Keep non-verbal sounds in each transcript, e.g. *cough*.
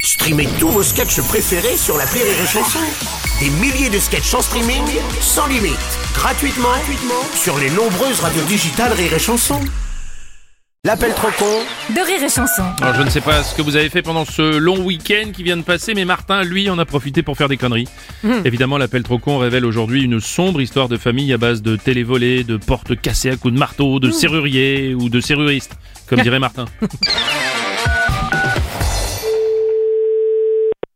Streamez tous vos sketchs préférés sur la Rire et Chanson. Des milliers de sketchs en streaming, sans limite, gratuitement, gratuitement sur les nombreuses radios digitales Rire et Chanson. L'appel trop con de rire et chanson. Alors, je ne sais pas ce que vous avez fait pendant ce long week-end qui vient de passer, mais Martin, lui, en a profité pour faire des conneries. Évidemment, l'appel trop con révèle aujourd'hui une sombre histoire de famille à base de télévolés, de portes cassées à coups de marteau, de serruriers ou de serruristes, comme dirait Martin.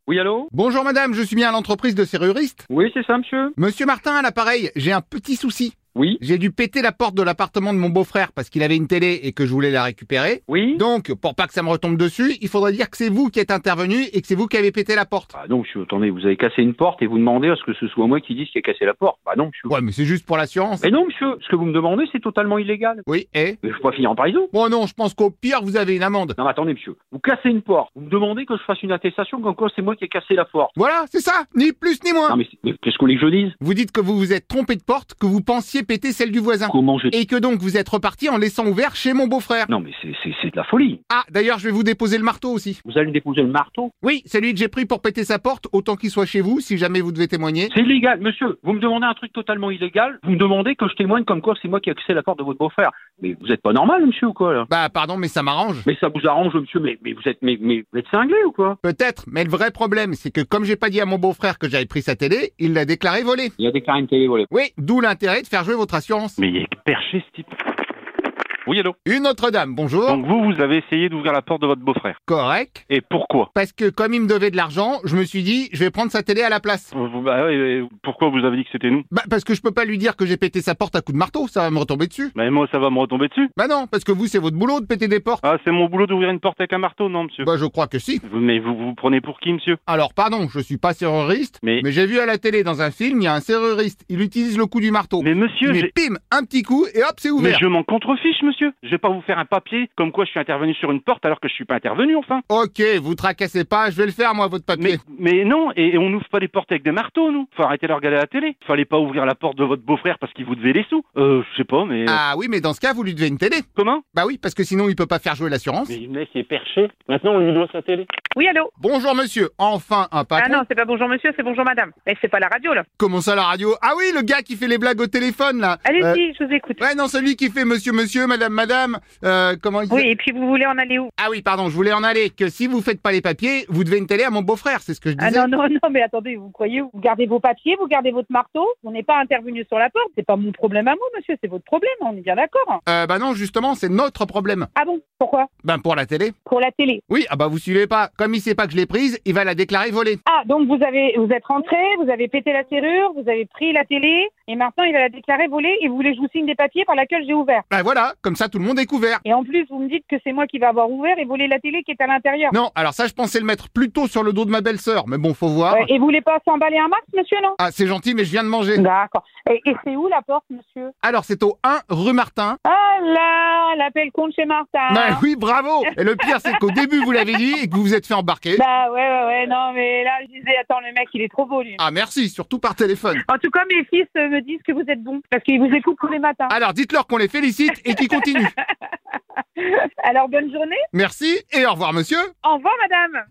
Oui, allô Bonjour madame, je suis bien à l'entreprise de serruriste. Oui, c'est ça, monsieur Monsieur Martin à l'appareil, j'ai un petit souci. Oui J'ai dû péter la porte de l'appartement de mon beau-frère parce qu'il avait une télé et que je voulais la récupérer. Oui Donc, pour pas que ça me retombe dessus, il faudrait dire que c'est vous qui êtes intervenu et que c'est vous qui avez pété la porte. Bah non, monsieur, attendez, vous avez cassé une porte et vous demandez à ce que ce soit moi qui dise qu'il a cassé la porte. Bah non, monsieur. Ouais, mais c'est juste pour l'assurance. Mais non, monsieur, ce que vous me demandez, c'est totalement illégal. Oui, et Mais je peux pas finir en prison. Bon non, je pense qu'au pire, vous avez une amende. Non, mais attendez, monsieur. Vous cassez une porte. Vous me demandez que je fasse une attestation comme quoi c'est moi qui ai cassé la porte. Voilà, c'est ça, ni plus ni moins. Non, mais, c'est- mais qu'est-ce qu'on voulez que je dise Vous dites que vous vous êtes trompé de porte, que vous pensiez péter celle du voisin. Comment je... Et que donc vous êtes reparti en laissant ouvert chez mon beau-frère. Non, mais c'est, c'est, c'est de la folie. Ah, d'ailleurs, je vais vous déposer le marteau aussi. Vous allez me déposer le marteau Oui, celui que j'ai pris pour péter sa porte, autant qu'il soit chez vous, si jamais vous devez témoigner. C'est illégal, monsieur. Vous me demandez un truc totalement illégal. Vous me demandez que je témoigne comme quoi c'est moi qui ai cassé la porte de votre beau-frère. Mais vous êtes pas normal, monsieur, ou quoi, là Bah pardon, mais ça m'arrange. Mais ça vous arrange, monsieur, mais, mais vous êtes, mais, mais vous êtes cinglé ou quoi Peut-être, mais le vrai problème, c'est que comme j'ai pas dit à mon beau-frère que j'avais pris sa télé, il l'a déclaré volée. Il a déclaré une télé volée. Oui, d'où l'intérêt de faire jouer votre assurance. Mais il est perché ce type. Oui, allô Une autre dame, bonjour. Donc vous, vous avez essayé d'ouvrir la porte de votre beau-frère. Correct. Et pourquoi Parce que comme il me devait de l'argent, je me suis dit, je vais prendre sa télé à la place. Vous- bah ouais, euh, Pourquoi vous avez dit que c'était nous Bah parce que je peux pas lui dire que j'ai pété sa porte à coups de marteau, ça va me retomber dessus. Bah moi, ça va me retomber dessus. Bah non, parce que vous, c'est votre boulot de péter des portes. Ah, c'est mon boulot d'ouvrir une porte avec un marteau, non, monsieur Bah je crois que si. Vous- Mais vous vous prenez pour qui, monsieur Alors pardon, je suis pas serruriste, Mais- mais j'ai vu à la télé dans un film, il y a un serruriste, il utilise le coup du marteau. Mais monsieur, Mais j'ai- pim, un petit coup et hop, c'est mais ouvert. je m'en contrefiche, monsieur. Je vais pas vous faire un papier comme quoi je suis intervenu sur une porte alors que je suis pas intervenu, enfin. Ok, vous tracassez pas, je vais le faire moi, votre papier. Mais, mais non, et, et on n'ouvre pas les portes avec des marteaux, nous. Faut arrêter de regarder la télé. Fallait pas ouvrir la porte de votre beau-frère parce qu'il vous devait les sous. Euh, je sais pas, mais... euh, Ah oui, mais dans ce cas, vous lui devez une télé. Comment Bah oui, parce que sinon, il peut pas faire jouer l'assurance. Mais le mec est perché. Maintenant, on lui doit sa télé. Oui, allô Bonjour monsieur, enfin un Ah patron. non, c'est pas bonjour monsieur, c'est bonjour madame. Mais c'est pas la radio, là. Comment ça la radio Ah oui, le gars qui fait les blagues au téléphone là. Euh, Allez-y, je vous écoute. Ouais, non, celui qui fait monsieur, monsieur, madame, madame. Euh, comment il Oui, et puis vous voulez en aller où Ah oui, pardon, je voulais en aller. Que si vous faites pas les papiers, vous devez une télé à mon beau-frère, c'est ce que je disais. Ah non, non, non, mais attendez, vous croyez où Vous gardez vos papiers, vous gardez votre marteau, on n'est pas intervenu sur la porte. C'est pas mon problème à moi, monsieur, c'est votre problème, on est bien d'accord. Euh, bah non, justement, c'est notre problème. Ah bon Pourquoi Ben pour la télé. Pour la télé. Oui, ah bah vous suivez pas. Comme il sait pas que je l'ai prise, il va la déclarer volée. Ah, donc vous avez, vous êtes rentré, vous avez pété la serrure, vous avez pris la télé, et maintenant il va la déclarer volée, et vous voulez que je vous signe des papiers par laquelle j'ai ouvert. Ben voilà, comme ça tout le monde est couvert. Et en plus, vous me dites que c'est moi qui vais avoir ouvert et volé la télé qui est à l'intérieur. *laughs* Non, alors ça je pensais le mettre plutôt sur le dos de ma belle-sœur, mais bon, faut voir. Ouais, Euh, et vous voulez pas s'emballer un max, monsieur, non Ah, c'est gentil, mais je viens de *laughs* manger. D'accord. Et, et c'est où la porte, monsieur Alors c'est au 1 rue Martin. Ah là, l'appel compte chez Martin. Bah oui, bravo. Et le pire c'est qu'au début vous l'avez dit et que vous vous êtes fait embarquer. Bah ouais, ouais, ouais, non, mais là, je disais, attends, le mec, il est trop beau, lui. Ah merci, surtout par téléphone. En tout cas, mes fils euh, me disent que vous êtes bons, parce qu'ils vous écoutent tous les matins. Alors dites-leur qu'on les félicite et qu'ils continuent. Alors, bonne journée. Merci et au revoir monsieur. Au revoir, madame.